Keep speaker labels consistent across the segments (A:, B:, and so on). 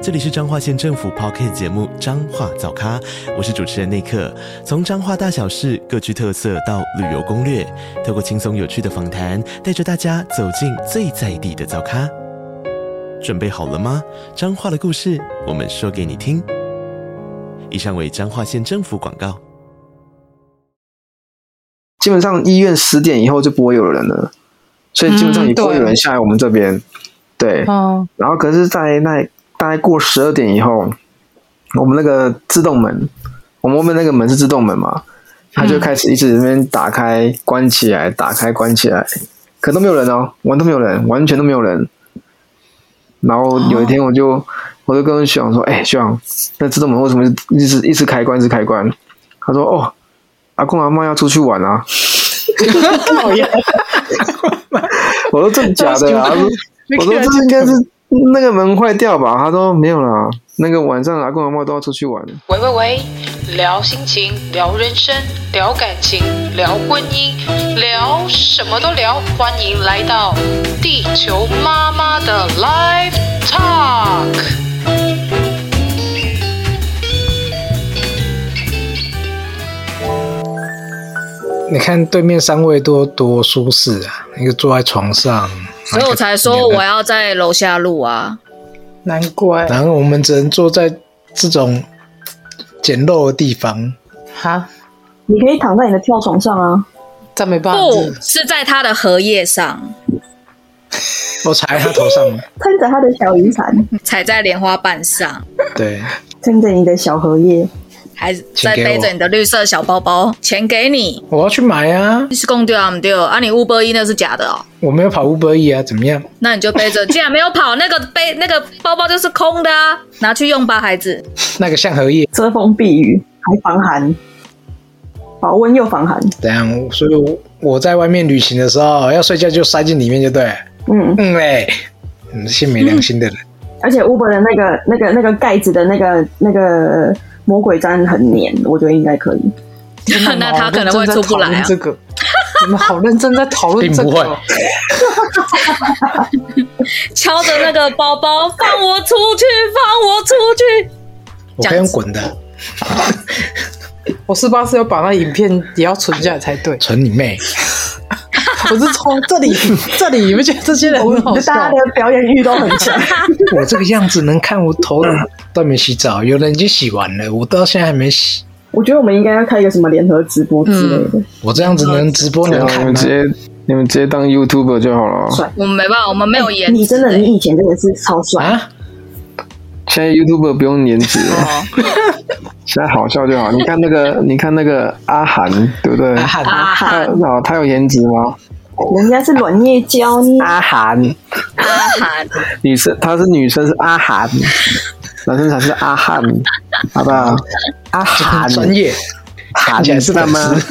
A: 这里是彰化县政府 p o c k t 节目《彰化早咖》，我是主持人内克。从彰化大小事各具特色到旅游攻略，透过轻松有趣的访谈，带着大家走进最在地的早咖。准备好了吗？彰化的故事，我们说给你听。以上为彰化县政府广告。
B: 基本上医院十点以后就不会有人了，所以基本上也不会有人下来我们这边。 对，
C: 哦，
B: 然后可是，在那大概过十二点以后，我们那个自动门，我们后面那个门是自动门嘛，它就开始一直在那边打开、关起来、打开、关起来，可都没有人哦，完都没有人，完全都没有人。然后有一天，我就、我就跟徐阳说：“哎、徐阳，那自动门为什么一直一直开关，一直开关？”他说：“哦，阿公阿妈要出去玩啊。”
C: 讨厌，
B: 我说真的假的啊？我说这应该是那个门坏掉吧？他说没有啦，那个晚上阿公阿妈都要出去玩。
D: 喂喂喂，聊心情，聊人生，聊感情，聊婚姻，聊什么都聊。欢迎来到地球妈妈的 Live Talk。
E: 你看对面三位多多舒适啊，一个坐在床上，
F: 所以我才说我要在楼下录啊。
C: 难怪
E: 然后我们只能坐在这种简陋的地方。
C: 哈，
G: 你可以躺在你的跳床上啊，
C: 这没办法
F: 不
C: 治，
F: 是在他的荷叶上，
E: 我踩在他头 上，
G: 撑着他的小雨伞，
F: 踩在莲花瓣上，
E: 对，
G: 撑着你的小荷叶，
F: 还在
E: 请给
F: 背
E: 我
F: 着你的绿色小包包，钱给你，
E: 我要去买啊，
F: 你是公掉啊？不对啊，你 Uber E 那是假的哦。
E: 我没有跑 Uber E 啊，怎么样？
F: 那你就背着，既然没有跑，那个 背那个包包就是空的啊，拿去用吧，孩子。
E: 那个像荷叶，
G: 遮风避雨，还防寒，保温又防寒。
E: 怎样？所以我我在外面旅行的时候要睡觉就塞进里面就对了。
G: 嗯，
E: 嗯嘞、你们这些没良心的人，
G: 而且 Uber 的那个、那个、那个盖子的那个、那个魔鬼毡很黏，我觉得应该可以。
C: 真的
F: 那
C: 好
F: 他可能
C: 认真
F: 会出不
C: 在讨论
F: 来啊
C: 这个，你们好认真在讨论
E: 并
C: 这
E: 哎不会
C: 个，
F: 敲着那个包包，放我出去，放我出 去。
E: 我可以用滚的，？
C: 我是不是要把那影片也要存下来才对
E: 存你妹！
C: 我是从这 里这里，你们觉得这些人哦很好
G: 就
C: 笑
G: 大家？的表演欲都很 强，
E: 我这个样子能看我头都没洗澡，有人已经洗完了，我到现在还没洗。
G: 我觉得我们应该要开一个什么联合直播之类的，
E: 我这样子能直播能
B: 你
E: 看
B: 们
E: 吗
B: 直？接你们直接当 YouTuber 就好了。
G: 帅
F: 我们没办法，我们
C: 哎
F: 没有颜值。
G: 你真的，你以前真的是超帅，
E: 啊，
B: 现在 YouTuber 不用颜值了，
F: 哦
B: 现在好笑就好。你看那个，你看那个阿涵，对不对？
E: 阿汉，
B: 他
F: 啊哈
B: 哦，他有颜值吗？
G: 人家是软叶胶呢。
B: 阿涵，
F: 啊哈，
B: 女生，她是女生是阿涵，男生才是阿汉，好不好？阿涵，
E: 专业，
B: 喊
E: 看起来是
B: 知道吗
E: 粉？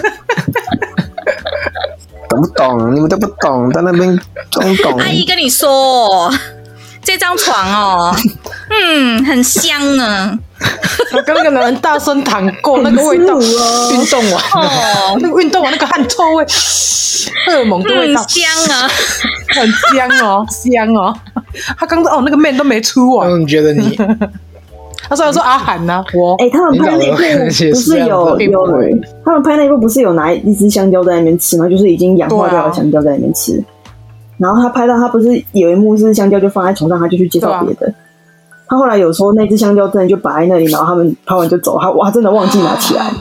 B: 懂不懂？你们都不懂，在那边装懂。
F: 阿姨跟你说 哦，这张床哦，嗯，很香啊呢。
C: 我跟那个男人大声谈过，那个味道，运动完了，
F: 哦，
C: 那个运动完那个汗 臭味，荷尔蒙的味
F: 嗯
C: 道，，
F: 香啊！
C: 很香哦，香哦。他刚刚哦，那个面都没出
E: 我
C: 完，
E: 怎么觉得你
C: 他虽然说阿涵呐，我
G: 哎、他们拍那
E: 领
G: 一
E: 导的
G: 部
E: 而且是
G: 不
E: 这
G: 是
E: 样
G: 有
E: 的
G: 有
E: 对
G: 他们拍那一部不是有拿一只香蕉在那边吃吗？就是已经氧化掉
C: 对啊
G: 的香蕉在那边吃。然后他拍到他不是有一幕是香蕉就放在床上，他就去介绍别
C: 啊
G: 的。他后来有说那只香蕉真的就摆在那里，然后他们拍完就走，他哇真的忘记拿起来。 那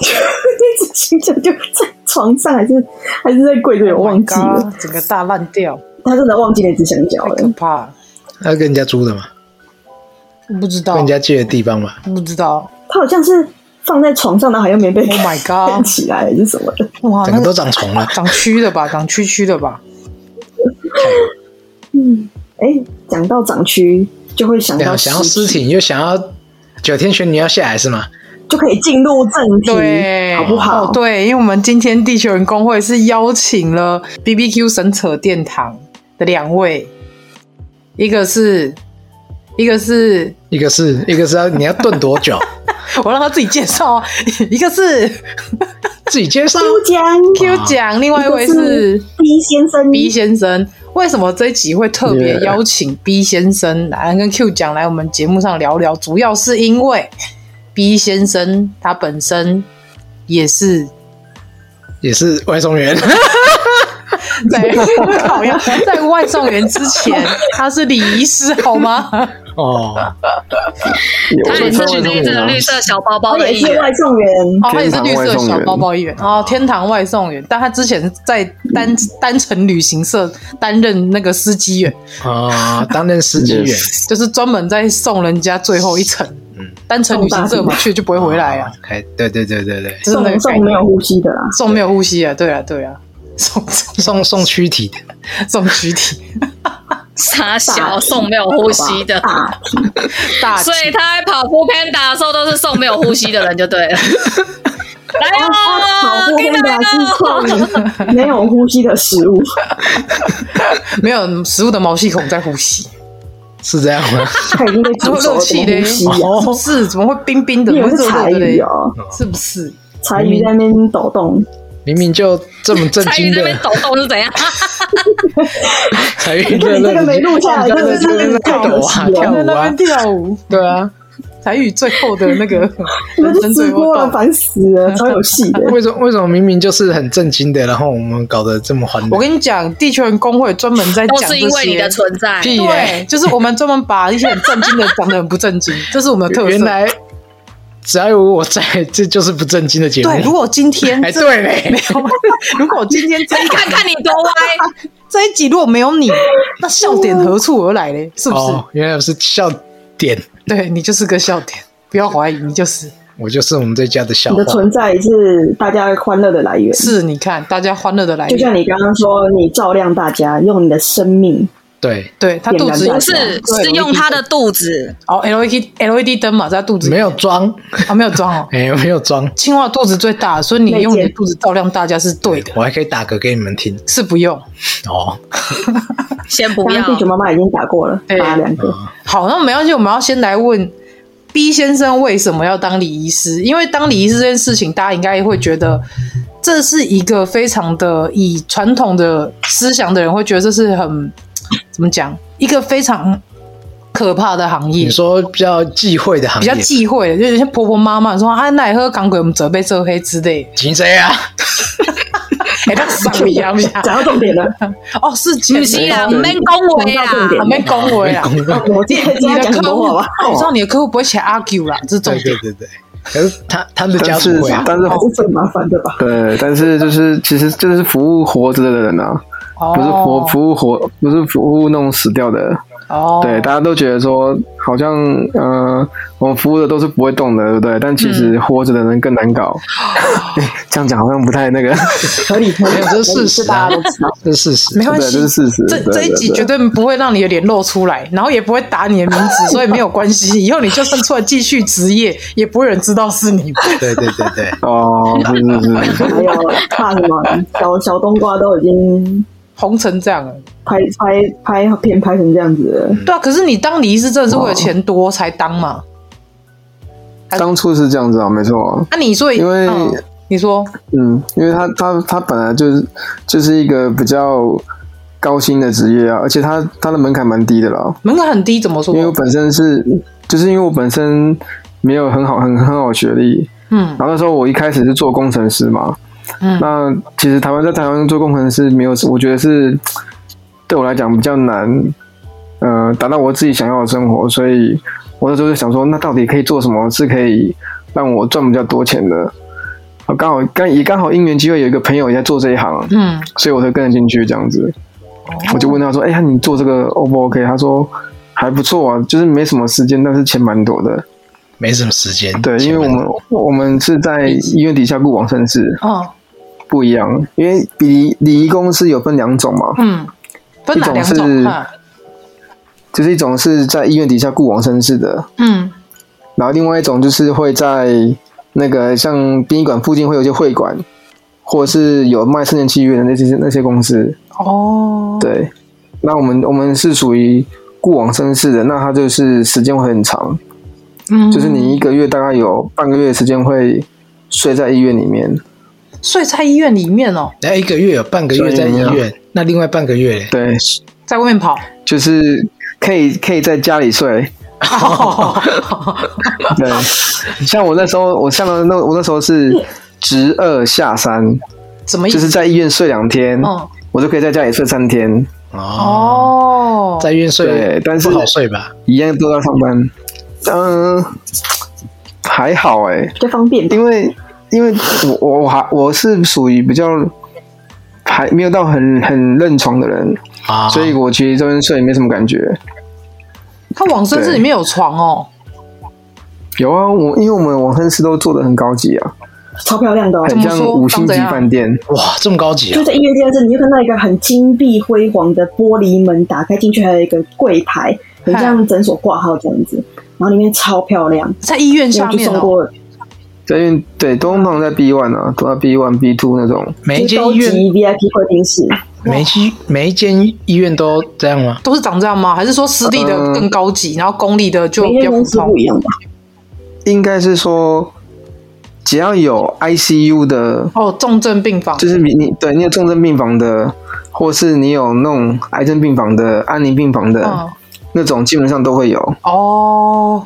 G: 只香蕉就在床上，还是还是在柜子里
C: Oh my
G: 忘记了
C: God，整个大烂掉，
G: 他真的忘记那只香蕉
C: 太可
G: 了。
C: 怕了。
E: 他跟人家租的嘛，
C: 不知
E: 跟
C: 道
E: 嗯人，家借的地方嘛，
C: 不知道。
G: 他好像是放在床上，然后好像没被
C: Oh my
G: 看
C: god！
G: 起来还是什么的。
C: 哇，
E: 整
C: 那
E: 个都
C: 个
E: 长虫 了。
C: 长蛆的吧，长蛆蛆的吧。
G: 哎、讲到长蛆，就会想
E: 对啊，
G: 到
E: 想要尸
G: 体。
E: 体，你就想要九天玄女要下来是吗？
G: 就可以进入正题，
C: 对，
G: 好不好？
C: 哦对，因为我们今天地球人工会是邀请了 B B Q 神扯殿堂的两位，一个是，一个是
E: 一个是一个是要你要炖多久，
C: 我让他自己介绍啊， 一个是
E: 自己介绍。
G: 都江
C: Q
G: 啊
C: 奖，另外一位是
G: B 先生
C: B 先生。为什么这一集会特别邀请 B 先生来跟 Q 讲来我们节目上聊聊？主要是因为 B 先生他本身也是
E: 也是外送员，
C: 在考验在外送员之前，他是礼仪师，好吗？
E: 哦，
F: 他也是背着绿色小包包
G: 他
F: 的
G: 也
F: 一
G: 是
F: 员，
G: 外送员，
C: 哦，他也是绿色
B: 天堂外送
C: 小
B: 员
C: 包包一员，哦，天堂外送员，但他之前在
G: 嗯
C: 单单程旅行社担任那个司机员，
E: 啊，担任司机员
B: Yes
C: 就是专门在送人家最后一程。
E: 嗯
C: 单程旅行社嘛，去就不会回来啊，。
E: 哎，对对对对对，
C: 就是那个
G: 送
C: 概
G: 送没
C: 念
G: 有呼吸的啦。
C: 送没有呼吸啊，对啊对啊，送 送
E: 送送躯体的，
C: 送躯体
F: 傻小送没有呼吸 的，
G: 啊，
C: 大气
F: 所以他在跑步 panda 的时候都是送没有呼吸的人就对了。来
G: 啊跑
F: 哦，
G: 步
F: 给你
G: 跟
F: 来
G: 达是
F: 哦！
G: 送你没有呼吸的食 物，
C: 没有食物的毛细孔在呼吸，
E: 是这样吗？
G: 它已经被煮熟了，怎么呼吸啊？
C: 是不是怎么会冰冰的？
G: 你以
C: 怎
G: 为
C: 么会
G: 是
C: 热
G: 柴
C: 热的嘞
G: 鱼？哦，
C: 是不是？
G: 柴鱼在那边抖动，
E: 明明就这么震
F: 才
E: 惊
F: 鱼那
E: 的
F: 边抖动是怎样？
E: 才遇
G: 你这个没录 下来，
E: 在
G: 真
E: 那
G: 的是
E: 边
G: 太
E: 跳
G: 可
E: 舞啊
G: 惜
E: 跳
G: 了。
E: 舞
C: 在那
E: 啊
C: 边，跳舞，对啊，台语最后的 那个
G: 你
C: 人
G: 们
C: 生
G: 就
C: 最
G: 直
C: 后
G: 播了，
C: 道。
G: 烦死 了，超有戏的。
E: 为什么为什么明明就是很震惊的，然后我们搞得这么欢乐
C: 我？跟你讲，地球人工会专门在
F: 都
C: 讲
F: 是
C: 这
F: 因为你
C: 些
F: 的。存在。
E: 屁
C: 对，
E: 耶！
C: 就是我们专门把一些很震惊的讲得很不震惊，这是我们的特色。
E: 原来只要有我在，这就是不正经的节目。
C: 对，如果今天
E: 哎，
C: 这
E: 对嘞，
C: 如果今天这一
F: 看看你多歪，
C: 这一集如果没有你，那笑点何处而来嘞？是不是？
E: 哦，原来是笑点，
C: 对你就是个笑点，不要怀疑，你就是。
E: 我就是我们这家的笑
G: 你的
E: 话。
G: 存在是大家欢乐的来源，
C: 是，你看大家欢乐的来
G: 就像
C: 源，
G: 你刚刚说，你照亮大家，用你的生命。
E: 对，
C: 对他肚子
G: 点燃大家
F: 不是
C: 对
F: 是用他的肚子，
C: 哦 LED LED 灯嘛，在他肚子里
E: 没有装，
C: 啊没有装 哦。
E: 哎，没有装。
C: 青蛙肚子最大，所以你用你的肚子照亮大家是对的，
E: 我还可以打嗝给你们听
C: 是不用。
E: 哦。
F: 先不
G: 刚
F: 要
G: 刚。地球妈妈已经打过了，
C: 对
G: 打了两个。
C: 好，那没关系，我们要先来问 B 先生为什么要当礼仪师？因为当礼仪师这件事情，大家应该会觉得这是一个非常的以传统的思想的人会觉得这是很怎么讲，一个非常可怕的行业
E: 你。说比较忌讳的行
C: 比
E: 业，
C: 较忌讳的，就有些婆婆妈妈说啊，奈喝港鬼我们责备这黑之类的，
E: 忌谁啊？
C: 哎、那 上你啊，不是 啊
G: 讲到重点了，
C: 哦，是
F: 不
C: 不
F: 是啦，不免恭维
G: 讲到重点
F: 啦
C: 啊，，没恭维啦，
G: 我今天
C: 你
G: 要
C: 的
G: 讲什
C: 客
G: 么
C: 户，
G: 话吧？
C: 我知道你的客户不会写 argue 啦，这是重
E: 对
C: 点
E: 对。对对。可是他他的家
B: 但
E: 属
B: 是
E: 会啊，
B: 但是
C: 哦
G: 还是最麻烦的吧？
B: 对，但是就是其实就是服务活着的人啊，
C: 哦，
B: 不是活服务活，不是服务弄死掉的。
C: 哦，
B: 对，大家都觉得说好像呃，我们服务的都是不会动的，对不对？但其实
C: 嗯
B: 活着的人更难 搞。哎这样讲好像不太那个，
G: 合理合
E: 没有
G: 理，
E: 这是事实啊
G: 合理大家都知道。
E: 这是事实。啊
C: 没 关
B: 对，
C: 系，
B: 这是事实。
C: 这
B: 对
C: 这一集
B: 对
C: 绝对不会让你的脸露出来，然后也不会打你的名字，所以没有关系。以 后你就算出来继续职业，也不会有人知道是你。
E: 对对对对，
B: 哦，是是是，
G: 还有怕什么小小冬瓜都已经
C: 红成这样了，
G: 拍拍拍片拍成这样子了，
C: 对啊。可是你当礼仪师真的是为了钱多才当嘛？
B: 当初是这样子啊，没错啊。
C: 那你所以
B: 因为
C: 嗯你说
B: 嗯，因为他他他本来就是就是一个比较高薪的职业啊，而且他他的门槛蛮低的啦。
C: 门槛很低，怎么说
B: 因？为我本身是，就是因为我本身没有很好很很好的学历，
C: 嗯
B: 然后那时候我一开始是做工程师嘛，
C: 嗯
B: 那其实台湾在台湾做工程师没有，我觉得是对我来讲比较难，呃，达到我自己想要的生活，所以我那时候就想说，那到底可以做什么是可以让我赚比较多钱的？我刚好刚也刚好因缘机会有一个朋友也在做这一行，
C: 嗯，哦
B: 所以我才跟着进去这样子。我就问他说：“哎、呀，你做这个 O 不 OK？” 他说：“还不错啊，就是没什么时间，但是钱蛮多的。
E: 没什么时间。”
B: 对，因为我们我们是在医院底下雇往生室，
C: 哦
B: 不一样。因为礼礼仪公司有分两种嘛，
C: 嗯，分哪两
B: 一种
C: 种？
B: 是
C: 哈
B: 就是一种是在医院底下雇往生室的，
C: 嗯
B: 然后另外一种就是会在那个像殡仪馆附近会有一些会馆，或者是有卖生前契约的那些那些公司，
C: 哦，
B: 对。那我们我们是属于过往生世的，那它就是时间会很长，
C: 嗯
B: 就是你一个月大概有半个月的时间会睡在医院里面，
C: 睡在医院里面哦，
E: 那哎一个月有半个月在医
B: 所以
E: 院，那另外半个月嘞
B: 对，
C: 在外面跑，
B: 就是可以可以在家里睡，对。像我那时候，我像那我那时候是直二下三，
C: 怎么意
B: 就是
C: 思？
B: 在医院睡两天，
C: 嗯，
B: 我就可以在家里睡三天，
E: 哦，
C: 哦，
E: 在医院睡
B: 对但是
E: 不好睡吧？
B: 一样都在上班。嗯、还好哎、
G: 比较方便吧。
B: 因为因为我我我还我是属于比较还没有到很很认床的人，
E: 啊，
B: 所以我其实这边睡没什么感觉。
C: 他往生室里面有床哦，
B: 有啊，我因为我们往生室都做的很高级啊，
G: 超漂亮的、哦。
B: 很
C: 怎
B: 像
C: 么说
B: 五星级饭店。
E: 哇，这么高级
G: 就
E: 啊！
G: 在医院这件事，你就看到一个很金碧辉煌的玻璃门，打开进去还有一个柜台，很像诊所挂号这样子，然后里面超漂亮。
C: 在医院
G: 我
C: 下
G: 去
C: 面
G: 送
C: 哦，
G: 过，
B: 在因为对，通常在 B one 啊，都在 B one B two 那种。
E: 每一
G: 就是
E: 间
G: 高
E: 医
G: 级
E: 院，
G: VIP 贵宾室，
E: 每一间每一间医院都这样吗？
C: 都是长这样吗？还是说私立的
B: 嗯
C: 更高级，然后公立的就
G: 每
C: 比
G: 间
C: 较普
G: 公司
C: 通
G: 不？一样吧？
B: 应该是说，只要有 ICU 的，
C: 哦，重症病房
B: 就是你你对你有重症病房的，或是你有那种癌症病房的、安宁病房的、
C: 嗯
B: 那种，基本上都会有。
C: 哦，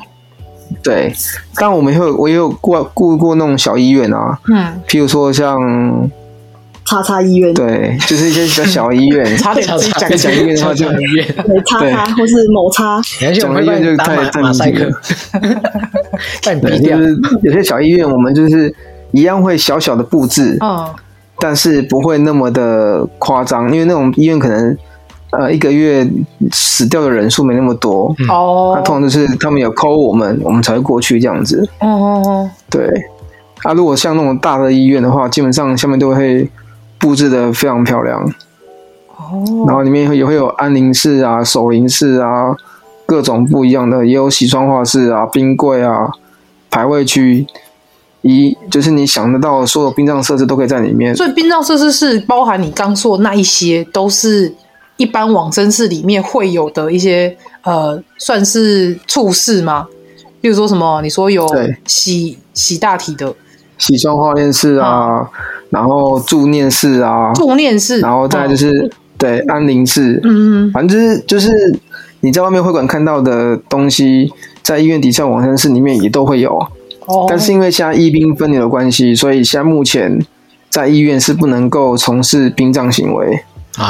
B: 对，但我们也有我也有过顾过那种小医院啊，
C: 嗯，
B: 譬如说像
G: 叉叉医院，
B: 对，就是一些比较小的医院
C: ，差点自己讲
B: 再讲一遍的话就
E: 讲医院，
G: 对，叉叉啊或是某叉，
E: 而且我们会打马马赛克， 把你
B: 对，
E: 毙
B: 就
E: 掉。
B: 是有些小医院我们就是一样会小小的布置，
C: 嗯，
B: 但是不会那么的夸张，因为那种医院可能呃一个月死掉的人数没那么多，那、
C: 哦，
B: 通常就是他们有 call 我们，我们才会过去这样子。
C: 哦哦哦，
B: 对，啊，如果像那种大的医院的话，基本上下面都会布置的非常漂亮，
C: 哦
B: 然后里面也会有安宁室啊、守灵室啊，各种不一样的，也有洗窗画室啊、冰柜啊、排位区。一就是你想得到的所有殡葬设施都可以在里面，
C: 所以殡葬设施是包含你刚说的那一些，都是一般往生室里面会有的一些呃，算是处事吗？比如说什么，你说有
B: 对
C: 洗洗大体的
B: 洗妆化验室啊，然后助念室啊，
C: 嗯助念室，嗯
B: 然后再来就是、对安宁室，
C: 嗯，嗯，
B: 反正就是就是你在外面会馆看到的东西，在医院底下往生室里面也都会有，啊
C: 哦，
B: 但是因为现在医兵分流的关系，所以现在目前。在医院是不能够从事殡葬行为，
E: 啊，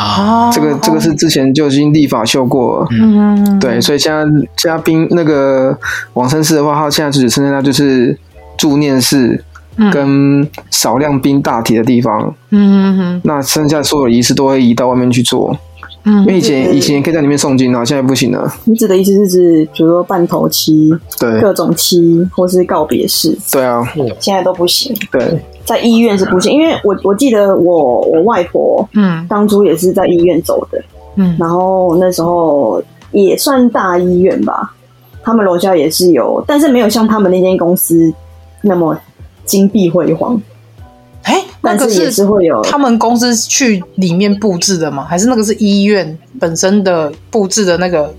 C: 啊，
B: 这个这个是之前就已经立法修过了，
C: 嗯，嗯，
B: 对，所以现在现在殡那个往生室的话，它现在只剩下就是助念室
C: 嗯
B: 跟少量冰大体的地方，
C: 嗯嗯
B: 那剩下所有仪式都会移到外面去做，
C: 嗯
B: 因为
C: 嗯，
B: 以前以前可以在里面诵经啊，现在不行了。
G: 你指的意思是指，比如说半头期、
B: 对
G: 各种期，或是告别式，
B: 对啊，
G: 现在都不行，
B: 对，
G: 在医院是不行，因为我我记得我我外婆
C: 嗯
G: 当初也是在医院走的，
C: 嗯
G: 然后那时候也算大医院吧，他们楼下也是有，但是没有像他们那间公司那么金碧辉煌，
C: 哎，那
G: 但
C: 个
G: 是也是会有
C: 他们公司去里面布置的吗？还是那个是医院本身的布置的那个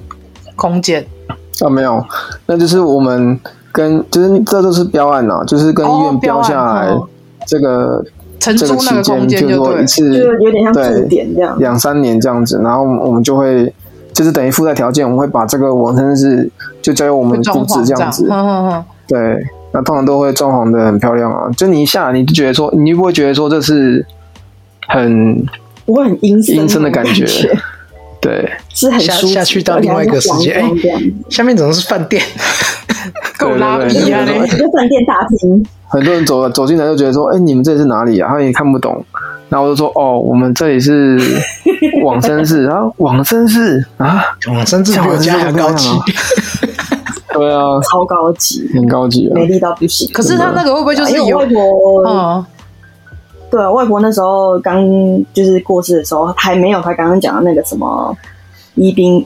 C: 空间？
B: 啊没有，那就是我们跟就是这都是标案啊，就是跟医
C: 哦
B: 院标下来、
C: 标案哦
B: 这个
C: 承
B: 这
C: 租
B: 个
C: 那个
B: 期
C: 空
B: 间，
C: 间
B: 譬如
C: 就
B: 说一
C: 对了，
G: 就是
B: 次
G: 有点像
B: 对
G: 驻点这样。
B: 两三年这样子，然后我们就会就是等于附带条件，我们会把这个往生室就交由我们
C: 装
B: 布置
C: 潢
B: 这
C: 样
B: 样子，
C: 嗯嗯嗯，
B: 对，那通常都会装潢的很漂亮啊。就你一下来你就觉得说，你就不会觉得说这是很
G: 不会很阴森
B: 阴森的
G: 感
B: 感觉对，
G: 是很
E: 下
G: 舒服的
E: 下去到另外一个世界
G: 而且还是光光
E: 下面怎么是饭店？
C: 够拉
B: 对对
C: 皮啊
B: 对
G: 这样
C: 嘞！
G: 一个饭店大厅，
B: 很多人走走进来就觉得说，哎、你们这里是哪里啊？他也看不懂。然后我就说，哦，我们这里是往生室，然后往生室啊，
E: 往生至比我家 还要高级
B: 这样子对啊，
G: 超高级，
B: 很高级啊
G: 美。丽到不行。
C: 可是他那个会不会就是
G: 因为我外？
C: 有
G: 婆，
C: 嗯，
G: 对我外婆那时候刚就是过世的时候，还没有他刚刚讲的那个什么宜宾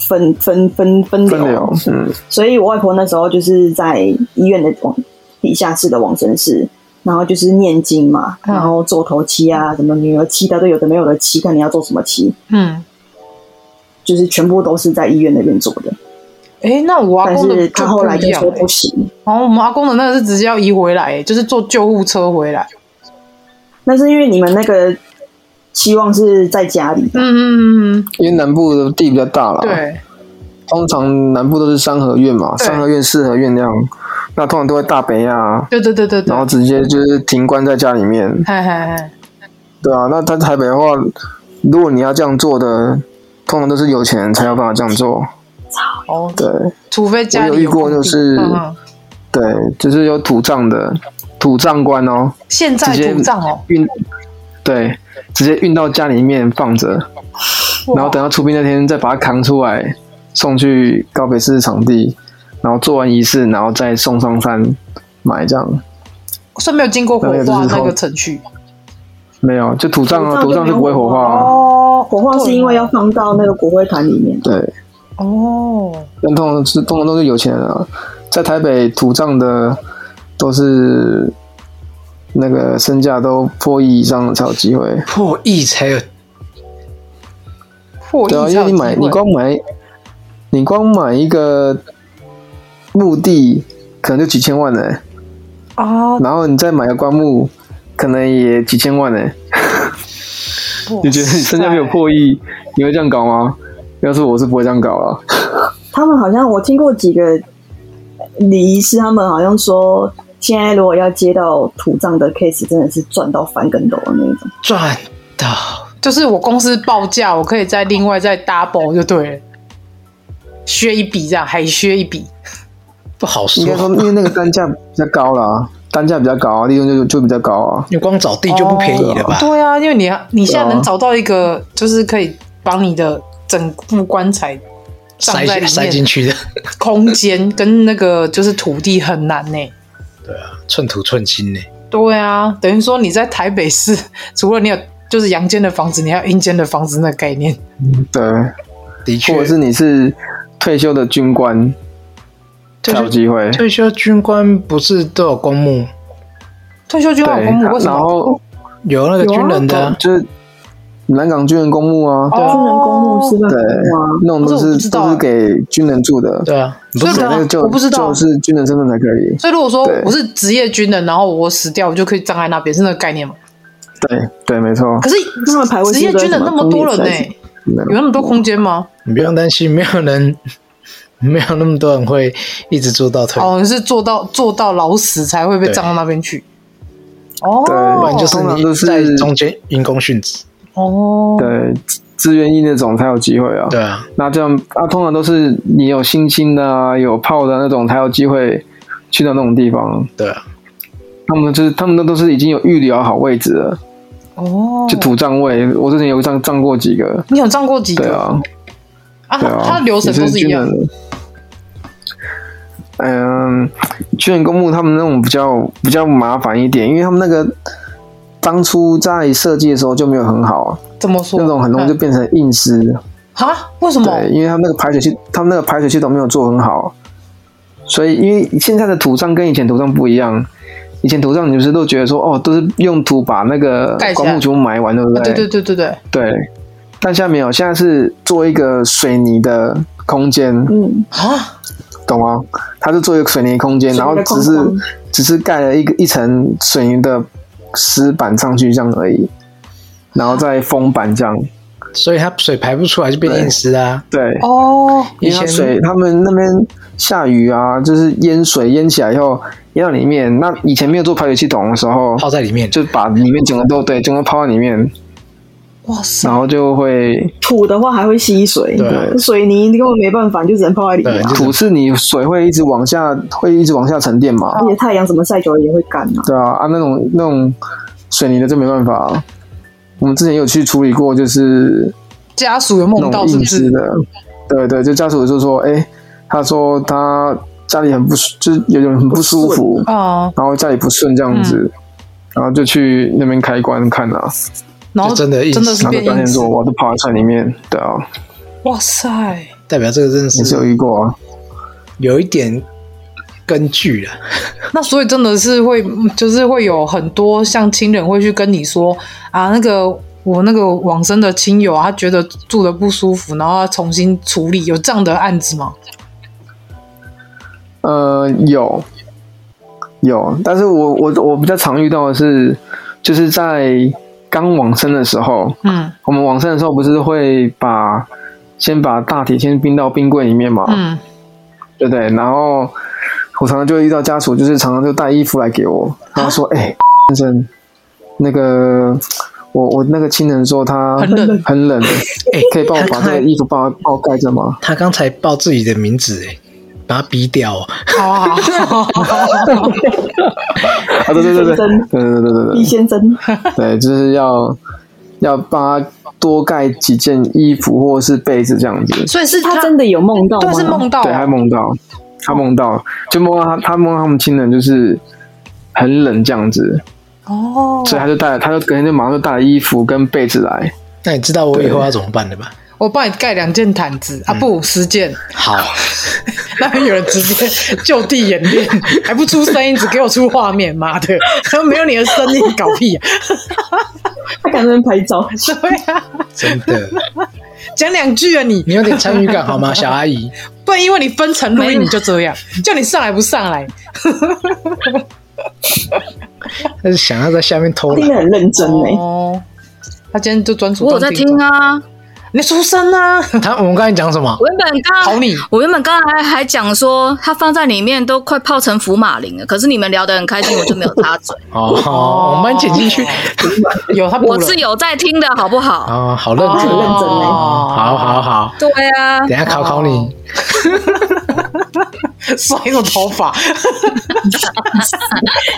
G: 分分分分
B: 真的
G: 流
B: 有，，嗯，
G: 所以我外婆那时候就是在医院的往地下室的往生室，然后就是念经嘛，
C: 嗯
G: 然后做头七啊，什么女儿七的都有的没有的七，看你要做什么七，
C: 嗯，
G: 就是全部都是在医院那边做的。
C: 哎，那我阿
G: 但
C: 公的
G: 是
C: 就
G: 他后来
C: 不一
G: 就
C: 样
G: 说
C: 了。
G: 不行，
C: 然后我们阿公的那个是直接要移回来，就是坐救护车回来。
G: 那是因为你们那个期望是在家里的，
C: 嗯嗯嗯，
B: 因为南部的地比较大了，，
C: 对，
B: 通常南部都是三合院嘛，
C: 对
B: 三合院、四合院那样，那通常都会大北啊，
C: 对对对对对
B: 然，后直接就是停关在家里面，
C: 嗨嗨嗨，
B: 对啊，那在台北的话，如果你要这样做的，通常都是有钱人才有办法这样做。
C: 哦，
B: 对，
C: 除非家里
B: 我有遇过
C: 空地
B: 就是
C: 嗯嗯
B: 对，就是有土葬的土葬官哦，
C: 现在
B: 直接
C: 土葬哦，
B: 运，对，直接运到家里面放着，然后等到出殡那天再把它扛出来，送去高北市场地，然后做完仪式，然后再送上山买这样。
C: 算没有经过火
B: 那个就
C: 化
B: 是
C: 那
B: 后
C: 个程序
B: 没有，就土葬啊，
G: 土
B: 土
G: 葬就
B: 葬是不会火化啊。
C: 哦
G: 火化是因为要放到那个骨灰坛里面。
B: 对，
C: 哦，
B: 但通常是通常都是有钱人啊，在台北土葬的都是那个身价都破亿以上才有机会。
E: 破亿才有
C: 破
B: 对啊，
C: 亿
B: 因
C: 才有
B: 为
C: 机
B: 你买你
C: 会
B: 光买你光买一个墓地，可能就几千万呢、
C: 啊，
B: 然后你再买个棺木，可能也几千万呢、你觉得你身价没有破亿，你会这样搞吗？要是我是不会这样搞啊了。
G: 他们好像我听过几个礼仪师，他们好像说，现在如果要接到土葬的 case，真的是赚到翻跟斗的那种。
E: 赚到，
C: 就是我公司报价，我可以再另外再 double 就对了，削一笔这样，还削一笔。
E: 不好
B: 应该说，
E: 说。
B: 因为那个单价比较高 啦，单价比较高啊，利润就就比较高啊。
E: 你光找地就不便宜了吧？
C: 对啊，因为你你现在
B: 对啊
C: 能找到一个，就是可以帮你的整副棺材
E: 塞
C: 葬在
E: 塞
C: 里
E: 进
C: 面，
E: 去的，
C: 空间跟那个就是土地很难呢、
E: 寸土寸金呢。
C: 对啊，等于说你在台北市， 除了你有就是阳间的房子，你还有阴间的房子那个概念。
B: 对，
E: 的
B: 或
E: 确
B: 者，是你是退休的军官
E: 退
B: 才有
E: 休
B: 机会。
E: 退休军官不是都有公墓，
C: 退休军官有公墓为
B: 对，
C: 什
B: 然
C: 么？
B: 后
E: 有那个军人的啊，
B: 就是南港军人公墓啊，
C: 哦
G: 军人公墓是不是
B: 对
G: 很多啊？，
B: 那种都
C: 可是我不知
B: 是
C: 道
B: 都是给军人住的。
E: 对啊，你不
C: 所以
E: 是
C: 对啊
B: 那个就
C: 我不知道
B: 就是军人身份才可以。
C: 所以如果说
B: 对
C: 我是职业军人，然后我死掉，我就可以葬在那边，是那个概念吗？
B: 嗯对对，没错
C: 可。是
G: 那他们排位
C: 职
G: 是
C: 业
G: 不是
C: 军人
G: 什么
C: 那么多人
G: 公
C: 呢、
G: 立
C: 有那么多空间吗？
E: 你不用担心，没有人， 没有那么多人会一直做到退，
C: 哦，你是做到做到老死才会被
E: 对
C: 葬到那边去。哦，
B: 对
E: 不然就是
B: 通常
E: 你
B: 都是
E: 在中间因公殉职。
C: 哦，
B: 对，志愿役那种才有机会啊。
E: 对啊，
B: 那这样啊，通常都是你有星星的啊，有炮的那种才有机会去到那种地方。
E: 对啊，
B: 他们就是他们那都是已经有预留好位置了，
C: 哦，
B: 就土葬位。我之前有葬葬过几个，
C: 你有葬过几
B: 对
C: 个
B: 啊，
C: 啊？
B: 对
C: 他
B: 啊，
C: 他流程
B: 也
C: 都
B: 是
C: 是一
B: 军
C: 样
B: 人。的。嗯，军人公墓他们那种比较比较麻烦一点，因为他们那个当初在设计的时候就没有很好啊，
C: 怎么说？
B: 那种很容易就变成硬尸。
C: 啊？为什么？
B: 对，因为他们那个排水系，他们那个排水系统没有做很好，所以因为现在的土葬跟以前土葬不一样，以前土葬你不是都觉得说哦，都是用土把那个
C: 盖起来
B: 棺木全部埋完，对不
C: 啊对
B: 对
C: 对对对对，
B: 对但现在没有，现在是做一个水泥的空间，
G: 嗯，
C: 啊，
B: 懂吗？它是做一个水泥空间，然后只
G: 水泥的
B: 是
G: 空间
B: 只是盖了一个一层水泥的石板上去这样而已，然后再封板这样。
E: 所以它水排不出来就变
B: 对
E: 硬石啦、
B: 对，啊
C: 哦，
E: 以
B: 因为它
E: 前
B: 水他们那边下雨啊，就是淹水淹起来以后淹到里面。那以前没有做排水系统的时候，
E: 泡在里面，
B: 就把里面整个都对，整个泡在里面，
C: 哇塞
B: 然，后就会
G: 土的话还会吸水，
E: 对
G: 水泥根本没办法，你就只能泡在里
E: 对
G: 面啊。
E: 就是
B: 土是你水会一直往下，会一直往下沉淀嘛。
G: 而且太阳什么晒久了也会干啊。
B: 对啊，啊那种那种水泥的就没办法、啊我们之前有去处理过，就是
C: 家属有
B: 那
C: 梦到
B: 种
C: 是不
B: 硬质
C: 是？
B: 的，对对，就家属就说，哎、他说他家里很不舒，就是有点很不舒服，
C: 啊，
B: 然后家里不顺这样子，
C: 嗯
B: 然后就去那边开关看啊，
C: 然后
E: 就真的硬
C: 真的是
B: 然后
C: 变
B: 就发现
C: 硬质
B: 说，，我都泡在菜里面，对啊，
C: 哇塞，
E: 代表这个真的
B: 也是有
E: 是
B: 遇过啊，
E: 有一点根据啊。
C: 那所以真的是会，就是会有很多像亲人会去跟你说啊，那个我那个往生的亲友啊，他觉得住的不舒服，然后他重新处理，有这样的案子吗？
B: 呃，有有，但是我我我比较常遇到的是，就是在刚往生的时候，
C: 嗯
B: 我们往生的时候不是会把先把大体先冰到冰柜里面嘛，
C: 嗯
B: 对不对？然后我常常就会遇到家属，就是常常就带衣服来给我，然后说：“哎、先生，那个我我那个亲人说他
C: 很冷
B: 很冷，
E: 哎、
B: 可以帮我把这个衣服帮我帮我盖着吗？”
E: 他刚才报自己的名字，哎，把他逼掉、哦。
C: 好啊好啊，好啊
B: 啊，对对对对对
G: 先生
B: 对对对对 对，
G: 易先生，
B: 对就是要要帮他多盖几件衣服或是被子这样子。
C: 所以是
G: 他真的有梦到吗？
C: 对是梦到
B: 对他
C: 啊，
B: 梦到，他梦到，就梦到他，他梦到他们亲人就是很冷这样子，
C: 哦，
B: 所以他就带了，他就隔天就马上就带了衣服跟被子来。
E: 那你知道我以后要怎么办了吧？
C: 我帮你盖两件毯子
B: 嗯
C: 啊，不十件，
E: 好，
C: 那边有人直接就地演练， 还不出声音，只给我出画面，妈的， 没有你的声音搞屁啊！
G: 他敢在那边拍照，
C: 对啊，
E: 真的，
C: 讲两句啊你，
E: 你有点参与感好吗，小阿姨？
C: 不然因为你分层录音你就这样，叫你上来不上来，
E: 但是想要在下面偷
G: 听得
E: 懒，
G: 很认真哎、
C: 哦，他今天就专注
F: 我有在
C: 专注
F: 听啊。
C: 你出声啊！
E: 他我们刚才讲什么？
F: 我原本刚
C: 好你
F: 我原本刚才还讲说，它放在里面都快泡成福马林了，可是你们聊得很开心，我就没有插嘴。
E: 哦，我们剪进去。
C: 有他补
F: 我
C: 了
F: 是有在听的，好不好？
E: 哦，好认真，
G: 很认真欸
C: 哦
E: 好好好，
F: 对啊
E: 等，一下考考你。
C: 甩那种头发，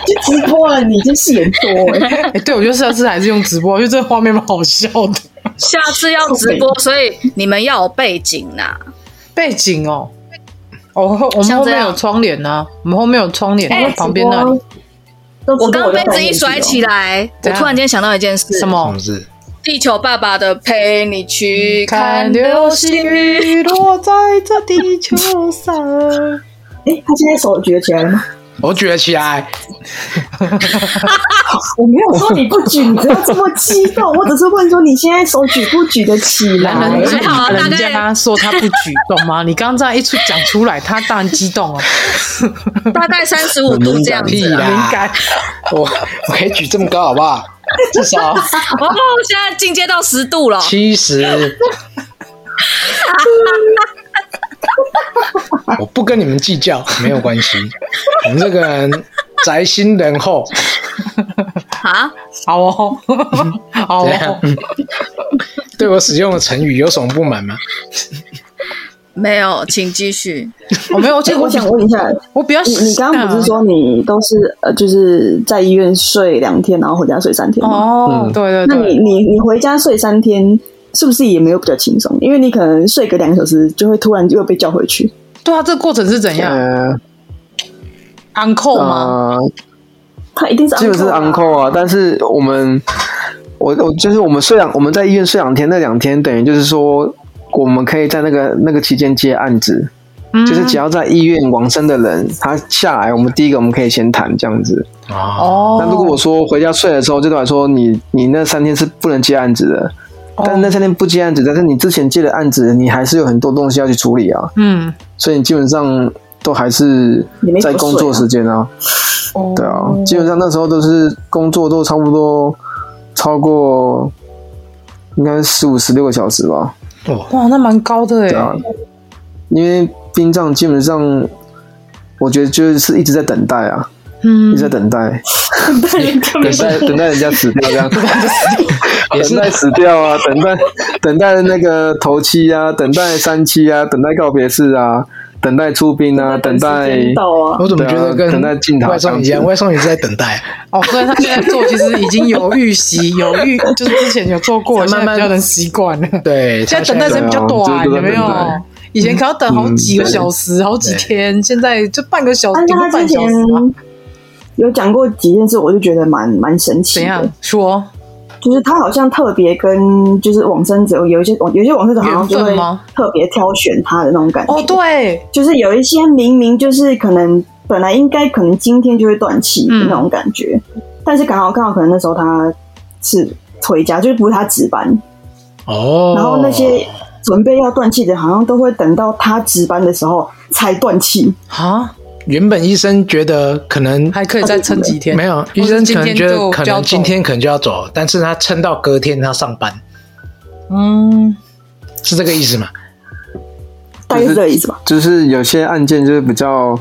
G: 就直播了，你真戏很多哎、
C: 哎、对我觉得下次还是用直播，因为这画面蛮好笑的。
F: 下次要直播，所以你们要有背景啊呐、
C: 背景哦，哦，后我们
F: 像
C: 后
F: 这
C: 面
F: 样
C: 有窗帘呢、我们后面有窗 帘，
F: 哎
C: 旁边那里
G: 都直播
F: 我刚刚杯
G: 就戴
F: 子一
G: 眼镜
F: 甩
G: 哦
F: 起来，我
C: 怎样
F: 突然间想到一件事：
C: 什
E: 什
C: 么
E: 么？事？
F: 地球爸爸的陪你去看
C: 看
F: 流
C: 流
F: 星
C: 星
F: 雨。
C: 雨落在这地球上。
G: 哎、他现在手举得起来了吗？
E: 我举得起来，
G: 我没有说你不举，你不要这么激动，我只是问说你现在手举不举得起
C: 男
G: 来
C: 人。
F: 还好啊大概
C: 人家说他不举，懂吗？你刚刚这样一出讲出来，他当然激动啊了，
F: 大概三十五度这样
E: 屁
F: 子、啊。
E: 啦！
C: 敏感。
E: 我我可以举这么高，好不好？至少
F: 哦，现在进阶到十度了，
E: 七十。 我不跟你们计较，没有关系。我们这个人宅心仁厚，
F: 啊！
C: 好哦， 好
E: 怎
B: 啊
E: 样
C: 哦，？
E: 对我使用的成语有什么不满吗？
F: 没有，请继续。
C: 我哦没有，我
G: 哎、我想问一下，
C: 我比较
G: 你你刚刚不是说你都是呃，就是在医院睡两天，然后回家睡三天吗？
C: 哦？
B: 嗯
C: 对对
G: 那你
C: 对，
G: 你你回家睡三天，是不是也没有比较轻松？因为你可能睡个两个小时，就会突然又被叫回去。
C: 对啊，这个过程是怎样
B: 呃
C: ？uncle 吗？
B: 呃，
G: 他一定是
B: 基本是
G: uncle 啊
B: uncle 啊，但是我们我我就是我们睡两我们在医院睡两天，那两天等于就是说。我们可以在那个那个期间接案子，呃就是只要在医院往生的人，他下来，我们第一个我们可以先谈这样子。
E: 哦，
C: 哦，
B: 那如果我说回家睡了之后，就代表说你你那三天是不能接案子的，
C: 哦
B: 但那三天不接案子，但是你之前接的案子，你还是有很多东西要去处理啊，
C: 嗯，
B: 所以你基本上都还是
G: 你没怎
B: 在
G: 么
B: 工作时间啊，
C: 哦
B: 对啊，基本上那时候都是工作都差不多超过应该十五十六个小时吧，
C: 哇，那蛮高的
B: 对啊
C: 哎，，
B: 因为殡葬基本上我觉得就是一直在等待啊，一
C: 嗯
B: 直，在等待。等待等待人家死掉这 样，
E: 也是
B: 等待死掉啊，等待等待那个头七啊，等待三七啊，等待告别式啊，等待出殡啊，等待
G: 时间到
E: 哦
G: 啊，
E: 我怎么觉得
B: 对啊
E: 跟
B: 等待进塔
E: 外送一
B: 这样
E: 样？
B: 子
E: 外送也是在等待，啊
C: 哦，所以他现在做其实已经有预习，有预就是之前有做过，现
E: 慢慢
C: 在比较能习惯了。
E: 对，
C: 现在
E: 他
C: 等待时
B: 是
C: 间比较短，有没
B: 对
C: 有
B: 啊我嗯们？
C: 以前可要等好几个小时、好几天，现在就半个小时，
G: 按
C: 哦顶
G: 照
C: 多
G: 啊他
C: 半
G: 之
C: 小
G: 前
C: 时啊吧。
G: 有讲过几件事，我就觉得蛮蛮神奇
C: 怎
G: 的
C: 样。说
G: 就是他好像特别跟就是往生者有一些有一些往生者好像就
C: 缘
G: 会
C: 分吗哦
G: 特别挑选他的那种感觉。
C: 哦，对，
G: 就是有一些明明就是可能本来应该可能今天就会断气的
F: 嗯
G: 那种感觉，但是刚好刚好可能那时候他是回家，就是不是他值班，
E: 哦，
G: 然后那些准备要断气的，好像都会等到他值班的时候才断气。
C: 啊，
E: 原本医生觉得可能
C: 还可以再撑几天，
E: 没有，医
C: 或是
E: 生
C: 今
E: 可能
C: 天
E: 觉得
C: 就
E: 可
C: 就要
E: 能
C: 走
E: 今天可能就要走，但是他撑到隔天他上班，
C: 嗯，
E: 是这个意思吗？
G: 大概是这个意思吧。
B: 就是有些案件就是比较，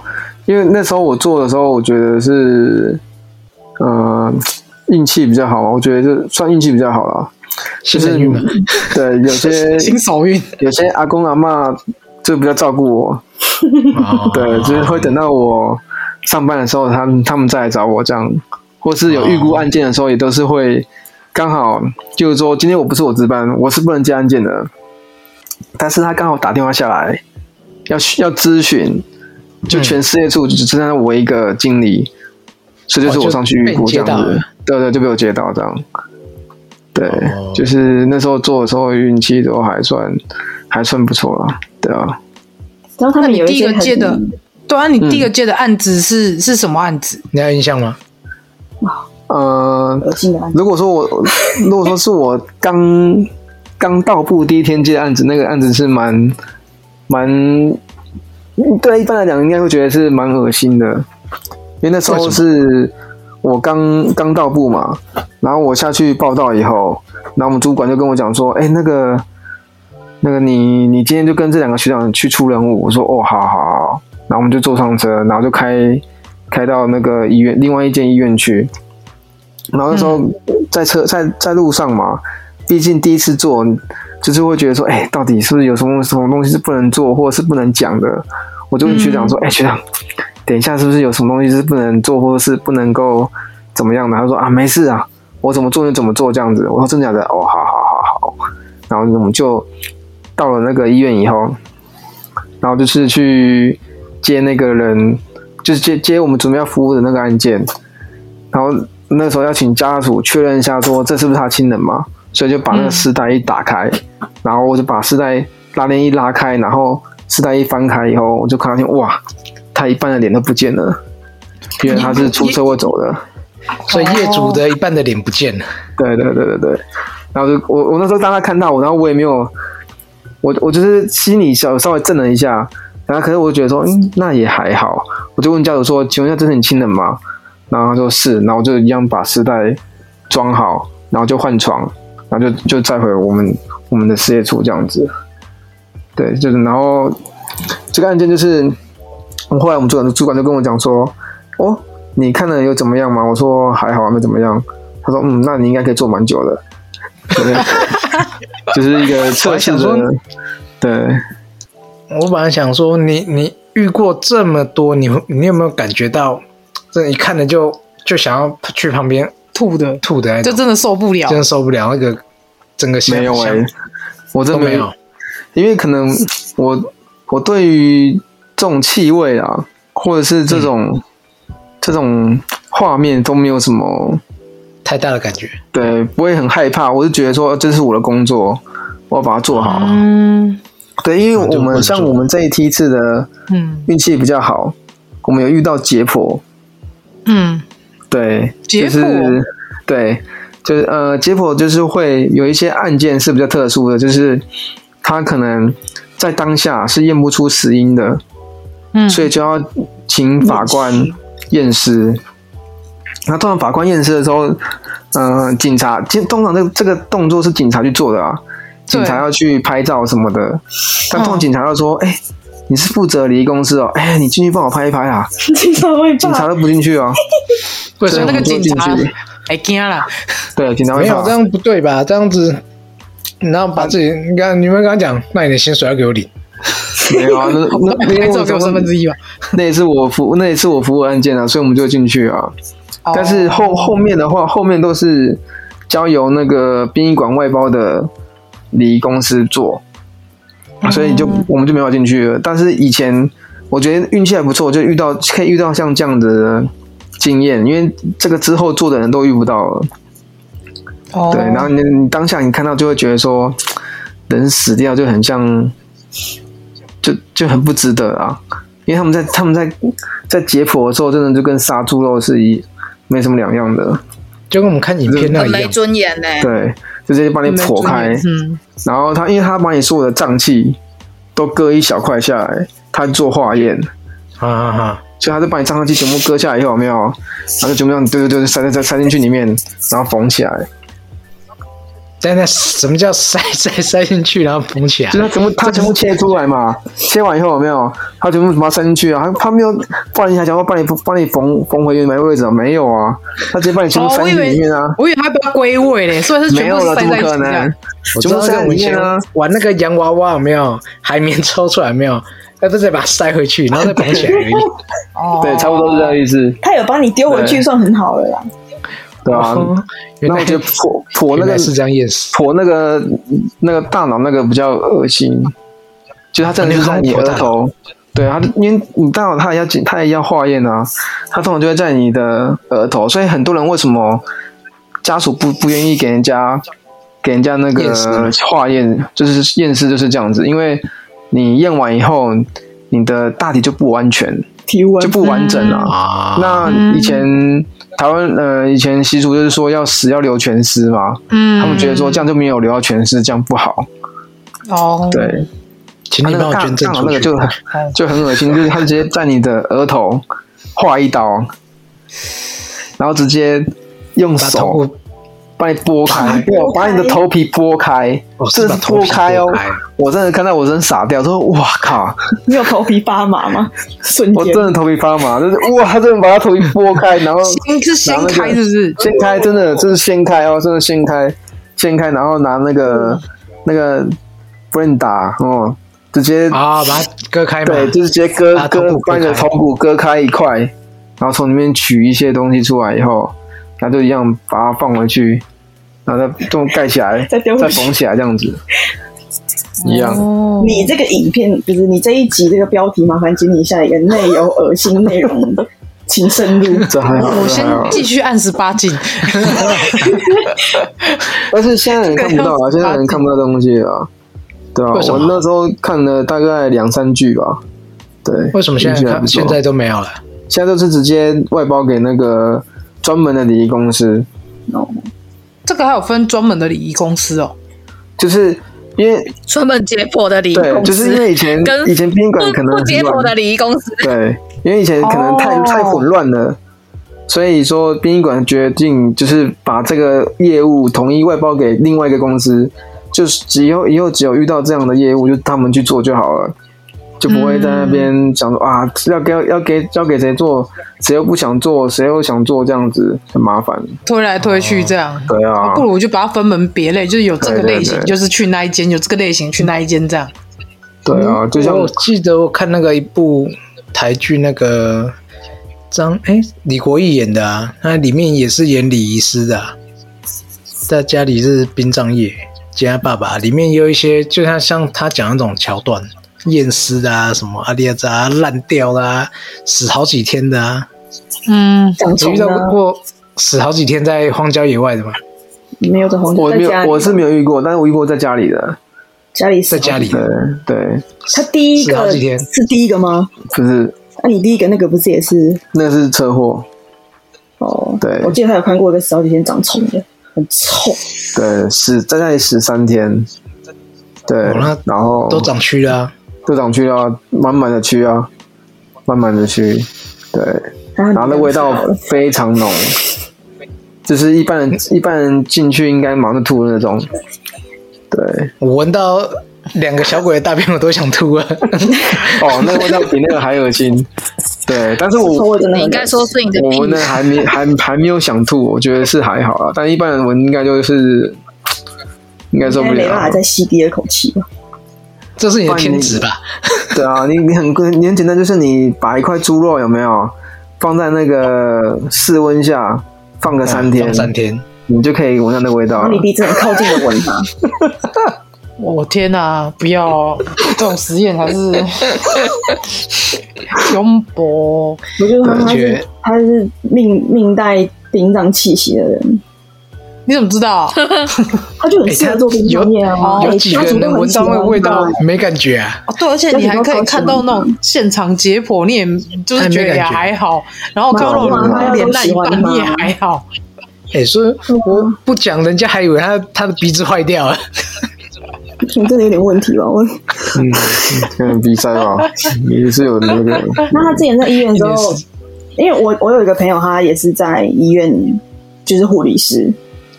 B: 因为那时候我做的时候，我觉得是，呃，运气比较好啊嘛，我觉得就算运气比较好啦。
E: 新
B: 就是
E: 人运嘛，
B: 对，有 些
C: 新手运，
B: 有些阿公阿妈就比较照顾我，
E: 哦
B: 对，就是会等到我上班的时候，他们他们再来找我这样，或是有预估案件的时候，也都是会刚好，就是说今天我不是我值班，我是不能接案件的，但是他刚好打电话下来要要咨询，
E: 嗯
B: 就全事业处只剩下我一个经理，所以就是我上去预估这样
E: 哦就被
B: 子
E: 你接到了，
B: 对对，就被我接到这样。对，
E: 哦
B: 就是那时候做的时候运气都还算还算不错啦，对啊。
G: 然后他
C: 那
G: 们
C: 你
G: 有
C: 第
G: 一
C: 一
G: 些
C: 个
G: 很
C: 接的，对啊，你第
B: 嗯
C: 一个接的案子是、是什么案子？
E: 你还有印象吗？
B: 呃，
G: 恶心的案子，
B: 如果说我， 如果说是我刚刚到部第一天接的案子，那个案子是蛮蛮，对一般来讲应该会觉得是蛮恶心的，因为那时候是我刚刚到部嘛，然后我下去报道以后，然后我们主管就跟我讲说，哎，那个那个你你今天就跟这两个学长去出任务，我说哦，好好好，然后我们就坐上车，然后就开开到那个医院另外一间医院去，然后那时候在车在在路上嘛，毕竟第一次做，就是会觉得说，哎、到底是不是有什么什么东西是不能做，或者是不能讲的？我就问学长说，哎、学长，等一下是不是有什么东西是不能做，或者是不能够怎么样的？他说啊，没事啊，我怎么做就怎么做这样子。我说真的假的？哦，好好好好。然后我们就到了那个医院以后，然后就是去接那个人，就是接接我们准备要服务的那个案件。然后那时候要请家属确认一下，说这是不是他亲人嘛？所以就把那个丝带一打开，然后我就把丝带拉链一拉开，然后丝带一翻开以后，我就看到哇，他一半的脸都不见了，原来他是出车祸走的。
E: 所以业主的一半的脸不见了，
B: 对对对对对，然后就我我那时候当他看到我，然后我也没有，我我就是心里小稍微震了一下，然后可是我就觉得说，嗯，那也还好，我就问家属说，请问一下这是你亲人吗？然后他说是，然后我就一样把丝带装好，然后就换床，然后就就再回我们我们的事业处这样子。对，就是然后这个案件就是，我后来我们主管主管就跟我讲说，哦，你看了有怎么样吗？我说还好，没怎么样。他说嗯，那你应该可以做蛮久的，对 就是一个测试
E: 我还想
B: 的
E: 说，
B: 对。
E: 我本来想说你你遇过这么多，你会你有没有感觉到，这一看了就就想要去旁边
C: 吐的，
E: 吐
B: 哎
E: 的那
C: 这
E: 种，
C: 真的受不了
E: 真。的受不了那个整个想
B: 没有哎、
E: 想
B: 我真
E: 都
B: 的
E: 没有，
B: 因为可能我我对于这种气味啊，或者是这种、
E: 嗯
B: 这种画面都没有什么，
E: 太大的感觉。
B: 对，不会很害怕。我是觉得说哦这是我的工作，我要把它做好。
C: 嗯
B: 对，因为
E: 就
B: 我们
E: 稳
B: 像
E: 住
B: 我们这一梯次的
C: 嗯
B: 运气比较好，我们有遇到解剖，
C: 嗯，
B: 对，
C: 解
B: 就
C: 剖
B: 是对，就是呃，解剖就是会有一些案件是比较特殊的，就是他可能在当下是验不出死因的，
C: 嗯
B: 所以就要请法官验尸。那通常法官验尸的时候，呃，警察其实通常这这个动作是警察去做的啊，警察
C: 对
B: 要去拍照什么的，但通
C: 嗯
B: 常警察要说，哎、你是负责礼仪公司哦，哎、你进去帮我拍一拍啊，
G: 警察会
B: 警察
G: 怕。
B: 都不进去哦，
E: 为
B: 所以
E: 什
C: 所以
E: 么
C: 那个
B: 我就
C: 警
B: 进
C: 察
B: 去
C: 哎惊了，
B: 对，警察会
E: 没
B: 怕
E: 有这样不对吧？这样子，然后把自己，你看你们刚刚讲，那你的薪水要给我领，
B: 没有啊，那那那
C: 还
B: 因为
C: 做
B: 我
C: 给
B: 想 说
C: 我三分之一吧。
B: 那也是我服，那也是我服务案件啊，所以我们就进去啊。
C: 哦
B: 但是后后面的话，后面都是交由那个殡仪馆外包的礼仪公司做，
C: 哦
B: 所以就我们就没法进去了。但是以前我觉得运气还不错，就遇到可以遇到像这样子的经验，因为这个之后做的人都遇不到了。
C: 哦
B: 对，然后你你当下你看到就会觉得说，人死掉就很像，就就很不值得啊。因为他们在他们在在解剖的时候，真的就跟杀猪肉是一没什么两样的。
E: 就跟我们看影片那
F: 很
E: 一
F: 没
E: 样，
F: 尊严呢、
B: 对，就直接把你剖开，
C: 嗯，
B: 然后他因为他把你所有的脏器都割一小块下来，他做化验，
E: 哈哈哈，
B: 所以他就把你脏脏器全部割下来以后，有没有，然后就全部让你对对对塞塞塞塞进去里面，然后缝起来，
E: 但那什么叫塞塞塞进去，然后缝起来
B: 就？是他全部他全部切出来嘛，切完以后有没有，他全部把它塞进去啊，他他没有，不然你还想要帮你帮你缝缝回原本的位置啊？没有啊，他直接把你全部
C: 哦，
B: 塞
C: 我以
B: 进
C: 为
B: 里面啊，
C: 我以为他不要归位嘞，所以是
B: 没
C: 全
B: 有
C: 部
B: 了，
C: 塞
B: 怎么
C: 在一
B: 可
C: 起这
B: 能
C: 样。？
B: 全
E: 我知
B: 部
E: 道
B: 塞
E: 在
B: 在
E: 我
B: 里
E: 以
B: 面
E: 前
B: 啊！
E: 玩那个洋娃娃有没有，海绵抽出来有没有？那不是把它塞回去，然后再绑起来而已。
C: 哦，
B: 对，差不多是这个意思，
G: 他有把你丢回去，
B: 对
G: 算很好了啦。
B: 对啊。
E: 哦原
B: 那
E: 来
B: 我觉得剖剖那
E: 原
B: 个
E: 来是这样验尸，
B: 剖那个那个大脑那个比较恶心，就他真的是在你额头，对他，因为你大脑他也要检他也要化验啊，他通常就会在你的额头，所以很多人为什么家属不不愿意给人家给人家那
E: 验尸
B: 个
E: 吗
B: 化验，就是验尸就是这样子，因为你验完以后，你的大体就不完全，
G: 体温
B: 就不完整啊。
E: 啊
B: 那以
E: 嗯
B: 前台湾呃，以前习俗就是说要死要留全尸嘛，
C: 嗯
B: 他们觉得说这样就没有留到全尸，这样不好。
C: 哦，
E: 嗯
B: 对，
E: 请
B: 他
E: 你
B: 那
E: 帮
B: 个大
E: 我
B: 大
E: 捐赠
B: 脑
E: 出
B: 那个
E: 去。哎
B: 就很就很恶心，就是他直接在你的额头划一刀，然后直接用
E: 把头
B: 手
E: 部
B: 把你剥开，没有把你的头皮剥开
E: 哦，
B: 这是
E: 是把头皮
B: 剥开哦
E: 剥开。
B: 我真的看到我真傻掉，说哇 靠，
G: 你有头皮发麻吗？瞬
B: 我
G: 间
B: 真的头皮发麻，就是哇，他真的把他头皮剥 开，然后
C: 先是先
B: 然后那个
C: 开是不是？
B: 掀开，真的，这是掀开哦，真的掀开，掀开，然后拿那个、那个 Brenda 哦，直接、
E: 啊，把它割开嘛。
B: 对，就是直接割
E: 把头
B: 割
E: 骨割
B: 把你的
E: 开
B: 头骨割开一块，然后从里面取一些东西出来以后，然后就一样把它放回去，然后再这么盖起 来，
G: 再丢回
B: 再
G: 去
B: 缝起来，这样子，一样。
C: 哦
G: 你这个影片就是你这一集这个标题，麻烦请你下一个内有 恶心内容的，请深入。
B: 这还好，
C: 我
B: 这
C: 先
B: 还好。
C: 继续按十八禁，
B: 但是现在人看不到啊，
C: 这
B: 现
C: 个要
B: 在人看不到东西啊，对啊，
E: 为什么
B: 我那时候看了大概两三句吧，对。
E: 为什么现在
B: 听起来
E: 看
B: 不错
E: 现在都没有了？
B: 现在都是直接外包给那个专门的礼仪公司，
C: 这个还有分专门的礼仪公司哦。
B: 就是因为
F: 专门解剖的礼仪
B: 对，
F: 公
B: 就
F: 司，
B: 是因为以前
F: 跟
B: 以前宾馆可能
F: 不不
B: 很
F: 解剖的
B: 乱，
F: 礼仪公司，
B: 对，因为以前可能太、
C: 哦
B: 太混乱了，所以说宾馆决定就是把这个业务统一外包给另外一个公司，就是只后以后只有遇到这样的业务，就他们去做就好了。就不会在那边想说、啊，要给要给交给谁做，谁又不想做，谁又想做，这样子很麻烦。
C: 推来推去这样，
B: 对啊，
C: 不如就把它分门别类，就是有这个
B: 对对
C: 类型
B: 对
C: 就是去那一间，有这个类型去那一间这样。
B: 对啊，就像
E: 我记得我看那个一部台剧，那个张哎李国毅演的啊，那里面也是演礼仪师的、啊，在家里是殡葬业兼他爸爸，里面也有一些就像像他讲那种桥段，验尸的啊，什么阿里亚扎烂掉啦、死好几天的啊，
C: 嗯，
G: 长
E: 你
G: 虫
E: 遇到
G: 呢？
E: 过死好几天在荒郊野外的吗？
G: 没有在红酒，
B: 我
G: 在
B: 没
G: 家
B: 有，
G: 里
B: 我是没有遇过，但是我遇过在家里的，
G: 家里死
E: 在家里
B: 对对，
G: 他第一
E: 死好
G: 个
E: 几天
G: 是第一个吗？
B: 就是
G: 那、你第一个那个不是也是
B: 那是车祸，
G: 哦？
B: 对
G: 我记得他有看过一个十好几天长虫的，很臭。
B: 对，十在那里十三天，对
E: 哦那，
B: 然后
E: 都长蛆啦、啊，
B: 都长蛆啊，满满的蛆啊，满满的蛆，对，
G: 然
B: 然后那味道非常浓，就是一般人一般人进去应该马上吐的那种，对，
E: 我闻到两个小鬼的大便我都想吐啊了。
B: 哦，那个味道比那个还恶心， 对，但是我
G: 臭味真的
F: 你
G: 很
F: 应该说是你的
B: 嗯我
F: 病
B: 闻。的还没还还没有想吐，我觉得是还好啦，但一般人闻应该就是应该受
G: 应
B: 不
G: 该没办法
B: 了。啊
G: 再吸第二口气吧？
E: 这是你的天职吧？
B: 对啊，你你很你很简单，就是你把一块猪肉有没有放在那个室温下放个三天，
E: 嗯放三天，
B: 你就可以闻到那个味道
G: 然后
B: 了
G: 你。鼻子很靠近的闻它，
C: 我天哪、不要哦这种实验 还是凶博。
G: 我就说他
E: 感
G: 是
E: 觉
G: 他是命命带殡葬气息的人，
C: 你怎么 知道？
G: 他就很
E: 哎
G: 适合
E: 它
G: 做殡
E: 有
G: 葬业啊。
E: 有
G: 哎
E: 几
G: 家
E: 个
G: 属
E: 人
G: 都很
E: 闻
G: 喜
E: 到
G: 欢
E: 那个味道
G: 它
E: 没感觉啊？
C: 哦，对，而且你还可以看到那种现场解剖，你也就是觉得也还好，然后看到那种人脸烂一半，你也还好。
E: 哎，所以我不讲，人家还以为他他的鼻子坏掉啊了。
G: 我嗯真的有点问题吧？我
B: 嗯，嗯，鼻塞吧，也是有那个，
G: 那他之前在医院的
E: 一
G: 时候
E: 定是，
G: 因为我我有一个朋友，他也是在医院，就是护理师，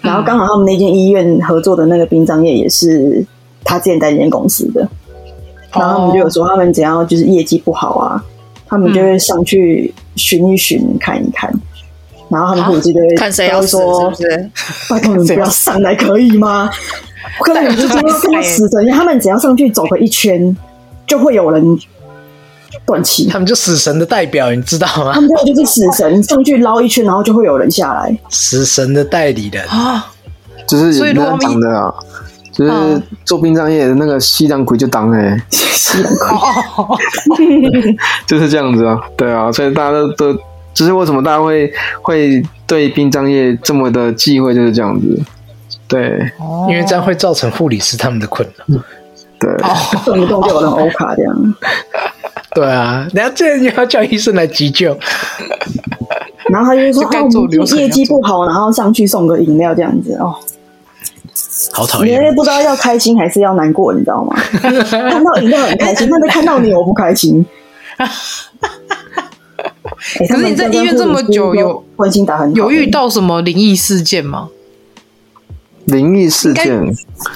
G: 然后刚好他们那间医院合作的那个殡葬业也是他之前在那间公司的，然后他们就有说，他们只要就是业绩不好啊，他们就会上去巡一巡，看一看。然后他们护理师就会
F: 啊看谁要
G: 都会
F: 死
G: 说
F: 是不是？
G: 拜托你们不要上来可以吗？我跟你们就真的要跟他死神一样，他们只要上去走个一圈，就会有人断气。
E: 他们就死神的代表，你知道吗
G: 他？们这个就是死神上去捞一圈，然后就会有人下来。
E: 死神的代理人，
C: 啊，
B: 就是
C: 所以
B: 有
C: 如果
B: 那
C: 他们
B: 讲的啊，就是
C: 嗯
B: 做殡葬业的那个西洋鬼就当哎、
C: 哦，
B: 就是这样子啊，对啊，所以大家都都，就是为什么大家会会对殡葬业这么的忌讳，就是这样子，对
G: 哦
E: 因为这样会造成护理师他们的困扰。
B: 对，
G: 动不动就
C: 哦
G: 有人欧卡这样，
E: 对啊，然后这人要叫医生来急救，
G: 然后他就说：“
C: 就
G: 啊，
C: 该
G: 我
C: 做
G: 们
C: 流程
G: 业绩不好，然后上去送个饮料这样子哦。
E: 好”讨
G: 你
E: 厌。
G: 不知道要开心还是要难过，你知道 吗？看到饮料很开心，但是看到你我不开 心。哎欸
C: 可是你在医院这么久有
G: 关心打很好
C: 有遇到什么灵异事件吗？
B: 灵异事件，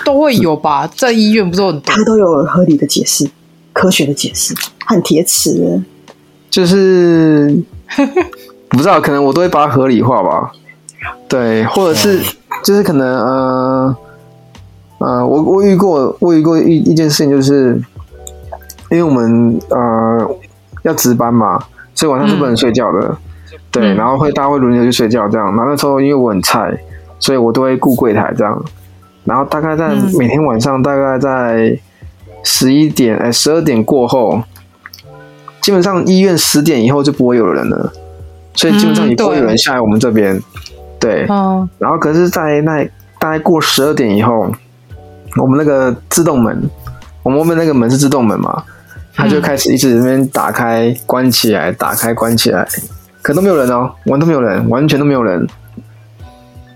C: 都会有吧，在医院不是很多
G: 他都有合理的解释、科学的解释和铁齿的。
B: 就是不知道，可能我都会把它合理化吧。对，或者是就是可能呃呃，我我遇过我遇过一一件事情，就是因为我们呃要值班嘛，所以晚上是不能睡觉的。对，然后会大家会轮流去睡觉这样。然后那时候因为我很菜，所以我都会顾柜台这样。然后大概在
C: 嗯
B: 每天晚上大概在十一点哎十二点过后，基本上医院十点以后就不会有人了，所以基本上
C: 嗯
B: 也不会有人
C: 对
B: 下来我们这边。对，
C: 嗯
B: 然后可是，在那大概过十二点以后，我们那个自动门，我们外面那个门是自动门嘛，它就开始一直在那边打开、关起来、打开、关起来，可都没有人哦，完都没有人，完全都没有人。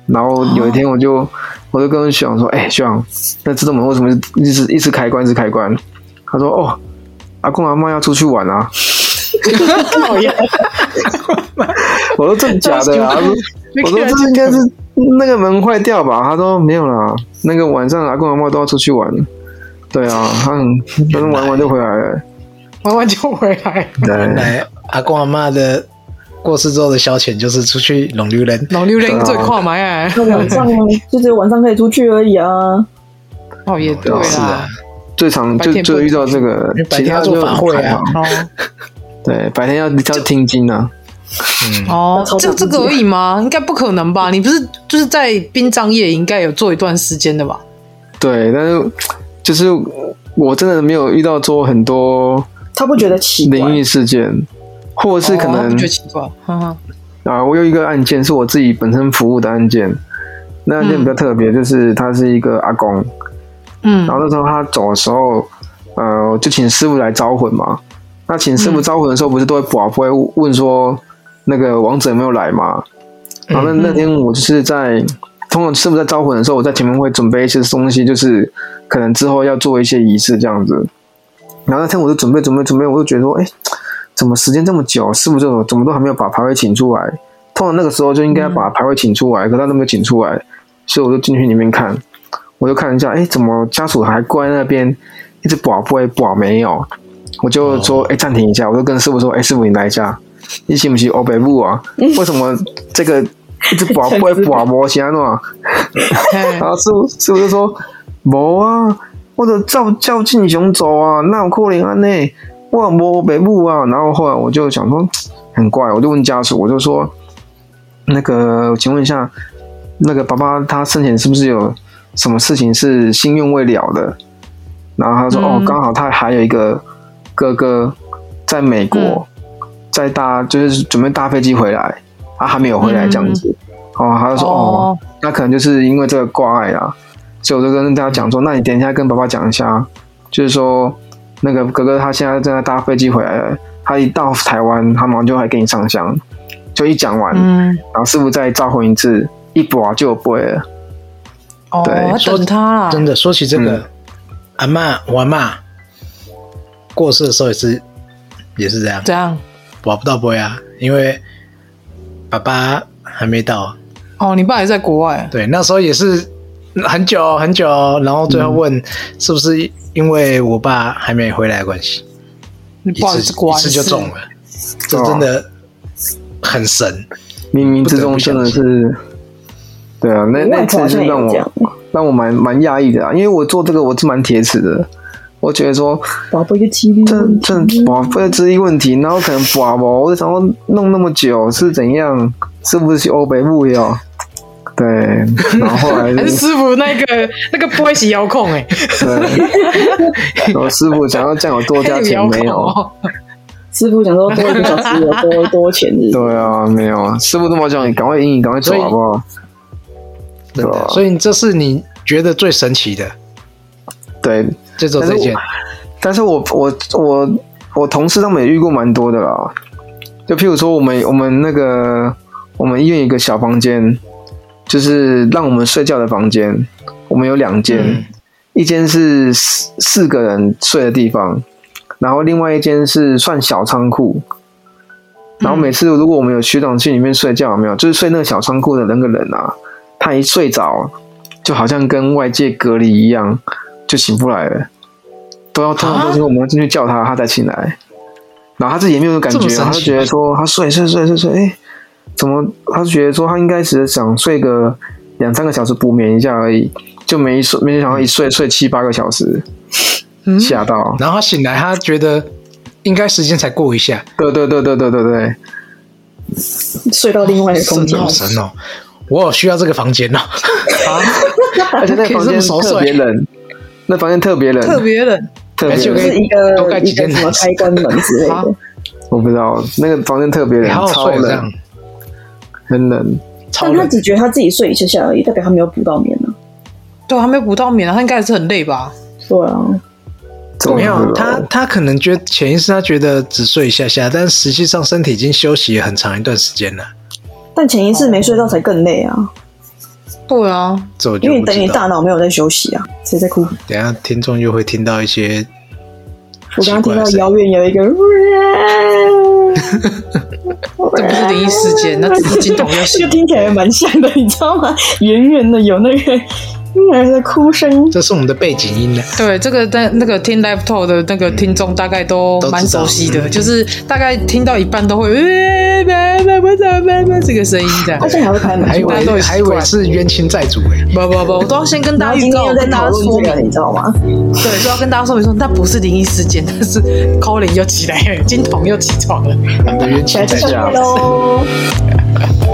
B: 然后有一天我就、我就跟徐阳说：“哎、徐阳，那自动门为什么一直一直开关，一直开关？”他说：“哦，阿公阿妈要出去玩啊。”我说：“真的假的啊？”他说 我说这应 该是那个门坏掉吧？他说没有啦，那个晚上阿公阿妈都要出去玩。对啊，他很，他们玩完就回来了。
C: 完完就回来，
E: 原
B: 对，
E: 来阿公阿妈的过世之后的消遣就是出去弄溜人，
C: 老六零
B: 啊
C: 最快嘛哎，
G: 那晚上 就只有晚上可以出去而已啊。
C: 哦也对
B: 是
C: 啦
E: 啊，
B: 最常
C: 白
B: 就
C: 天不
B: 就遇到这个
E: 因为，白
B: 其
E: 天
B: 他
E: 要
B: 就
E: 做法会啊
B: 还好。
C: 哦
B: 对，白天要要听经啊。
E: 嗯
C: 哦
G: 超，
C: 就
G: 过
C: 这个而已吗？应该不可能吧？你不是就是在殡葬业应该有做一段时间的吧？
B: 对，但是就是我真的没有遇到说很多
G: 他不觉得奇怪，
B: 灵异事件，或者是可
C: 哦
B: 能
C: 不觉得奇怪，嗯
B: 啊，我有一个案件是我自己本身服务的案件，那
E: 嗯
B: 案件比较特别，就是他是一个阿公，
C: 嗯
B: 然后那时候他走的时候，呃，就请师傅来招魂嘛。那请师傅招魂的时候，不是都会寡不会啊问说那个王者有没有来嘛？然后那那天我就是在，通常师傅在招魂的时候，我在前面会准备一些东西，就是可能之后要做一些仪式这样子。然后那天我就准备准备准备，我就觉得说，哎，怎么时间这么久，师傅这种怎么都还没有把牌位请出来？通常那个时候就应该把牌位请出来，可他都没有请出来，所以我就进去里面看。我就看了一下，哎，怎么家属还跪在那边一直保不会保没有？我就说，哎、暂停一下，我就跟师傅说，哎，师傅你来一下，你信不信欧北部啊？为什么这个一直保不会保没其他诺？
C: 嘿
B: 然后师傅师傅就说，无啊，我就照照进雄走啊，那有可能安内，我无北部啊。然后后来我就想说，很怪，我就问家属，我就说，那个，请问一下，那个爸爸他生前是不是有什么事情是心愿未了的？然后他说，哦，刚好他还有一个哥哥在美啊国，在搭就是准备搭飞机回来，他还没有回来这样子。哦，他就说哦
C: 哦
B: 那可能就是因为这个挂碍啦，所以我就跟大家讲说，那你等一下跟爸爸讲一下，就是说那个哥哥他现在正在搭飞机回来了，他一到台湾，他马上就来给你上香，就一讲完，
C: 嗯，
B: 然后师傅再召回一次，一拔就有不会了。
C: 哦，
B: 对
C: 要等他啦，
E: 真的，说起这个，
B: 嗯
E: 阿嬷，我阿嬷过世的时候也是也是这样，
C: 这样
E: 我不到不会啊，因为爸爸还没到，
C: 哦，你爸也在国外，
E: 对，那时候也是很久很久，然后最后
B: 嗯
E: 问是不是因为我爸还没回来的关系，
C: 你
E: 一
C: 爸
E: 次
C: 是
E: 一
C: 果然
E: 次
C: 是
E: 就中了，这真的很神。
B: 冥冥之中真的是，对啊，那
G: 我
B: 那
G: 外婆
B: 次
G: 好
B: 是
G: 像也
B: 让
G: 有
B: 我
G: 这样，
B: 让我蛮蛮讶异的啊，因为我做这个我是蛮铁齿的，我觉得说
G: 宝贝就七律
B: 这这哇，不知道问题，然后可能哇我为什么弄那么久是怎样？是不是欧北部哟？对，然后后来
C: 还是师傅那 个那个不会洗遥控哎，
B: 对，然后师傅想要这样有多加
C: 有遥
B: 钱没
C: 控
B: 有？
C: 哦，
G: 师傅讲说多一个小时 有多多钱日，
B: 对啊，没有，师傅这么讲，你赶快赢，你赶快走
E: 所以
B: 好不好？对
E: 真
B: 啊
E: 的，所以这是你觉得最神奇的，
B: 对，
E: 就只有这件。
B: 但是我我我我同事他们也遇过蛮多的啦，就譬如说我们我们那个我们医院有一个小房间，就是让我们睡觉的房间，我们有两间，
E: 嗯
B: 一间是四四个人睡的地方，然后另外一间是算小仓库。然后每次
E: 嗯
B: 如果我们有学长去里面睡觉，有没有就是睡那个小仓库的那个人啊，他一睡着，就好像跟外界隔离一样，就醒不来了。都要通常都是我们进去叫他，他才起来。然后他自己也没有感
E: 这么
B: 觉，
E: 神奇
B: 他就觉得说他睡睡睡睡睡，哎，怎么？他就觉得说他应该只是想睡个两三个小时补眠一下而已，就没睡，没
E: 嗯
B: 想到一睡睡七八个小时，吓到。
E: 然后他醒来，他觉得应该时间才过一下，
B: 对对对对对对对，
G: 睡到另外一
B: 哎
G: 个空
E: 神
G: 间。
E: 哦神哦，我有需要这个 房间哦。
B: 啊而且那
E: 可以
B: 房
E: 这
B: 间
E: 么熟
B: 特别
E: 睡
B: 冷，那房间特别冷，
C: 特别冷，
B: 特
E: 而
B: 别
E: 且我跟
B: 冷
E: 你
G: 是一
E: 多
G: 个
E: 盖几
G: 一
E: 间
G: 个什么
E: 男
G: 开关门之类
C: 啊
G: 的，
B: 我不知道那个房间特别
E: 你好
B: 冷，
E: 好
B: 超
E: 睡这样
B: 冷，，很冷。
E: 超
G: 但他
E: 冷。
G: 只觉得他自己睡一下下而已，代表他没有补到眠啊。
C: 对，还没有补到眠啊，他应该还是很累吧？
G: 对啊，
B: 怎么
E: 没有
B: 会
E: 他，他可能觉得潜意识他觉得只睡一下下，但实际上身体已经休息很长一段时间了。
G: 但潜意识没睡到才更累啊，
C: 对啊，
E: 这我就
G: 因为
E: 不
G: 你等
E: 知
G: 你
E: 道。
G: 大脑没有在休息啊，谁在哭？
E: 等一下听众又会听到一些
G: 我刚刚听到
E: 奇怪的声音
G: 遥远有 一个，
C: 这不是灵异事件，那只是金童要
G: 这
C: 洗
G: 个。听起来也蛮像的，你知道吗？远远的有那个婴儿的哭声，
E: 这是我们的背景音呢。
C: 对，这个在那个听 live talk 的那个听众大概都蛮熟悉
E: 都知道
C: 的，
E: 嗯
C: 就是大概听到一半都会，呃拜拜拜拜拜拜这个声音这 样
G: 他。现在还会开门
E: 还以
G: 出来
C: 大家都
E: 为
C: 很习惯
E: 还以为是冤亲债主哎，
C: 不不不，我都要先跟
G: 然
C: 大家
G: 后
C: 预
G: 今天
C: 告，
G: 又在
C: 跟大
G: 讨
C: 家
G: 论这
C: 说 明
G: 个，，你知道吗？
C: 对，都要跟大家说明说，那不是灵异事件，但是 Colin 又起来了，金童又起床了。
E: 我们的冤
G: 起来
E: 亲
G: 吃
E: 债
G: 宵
E: 主。
G: 夜喽！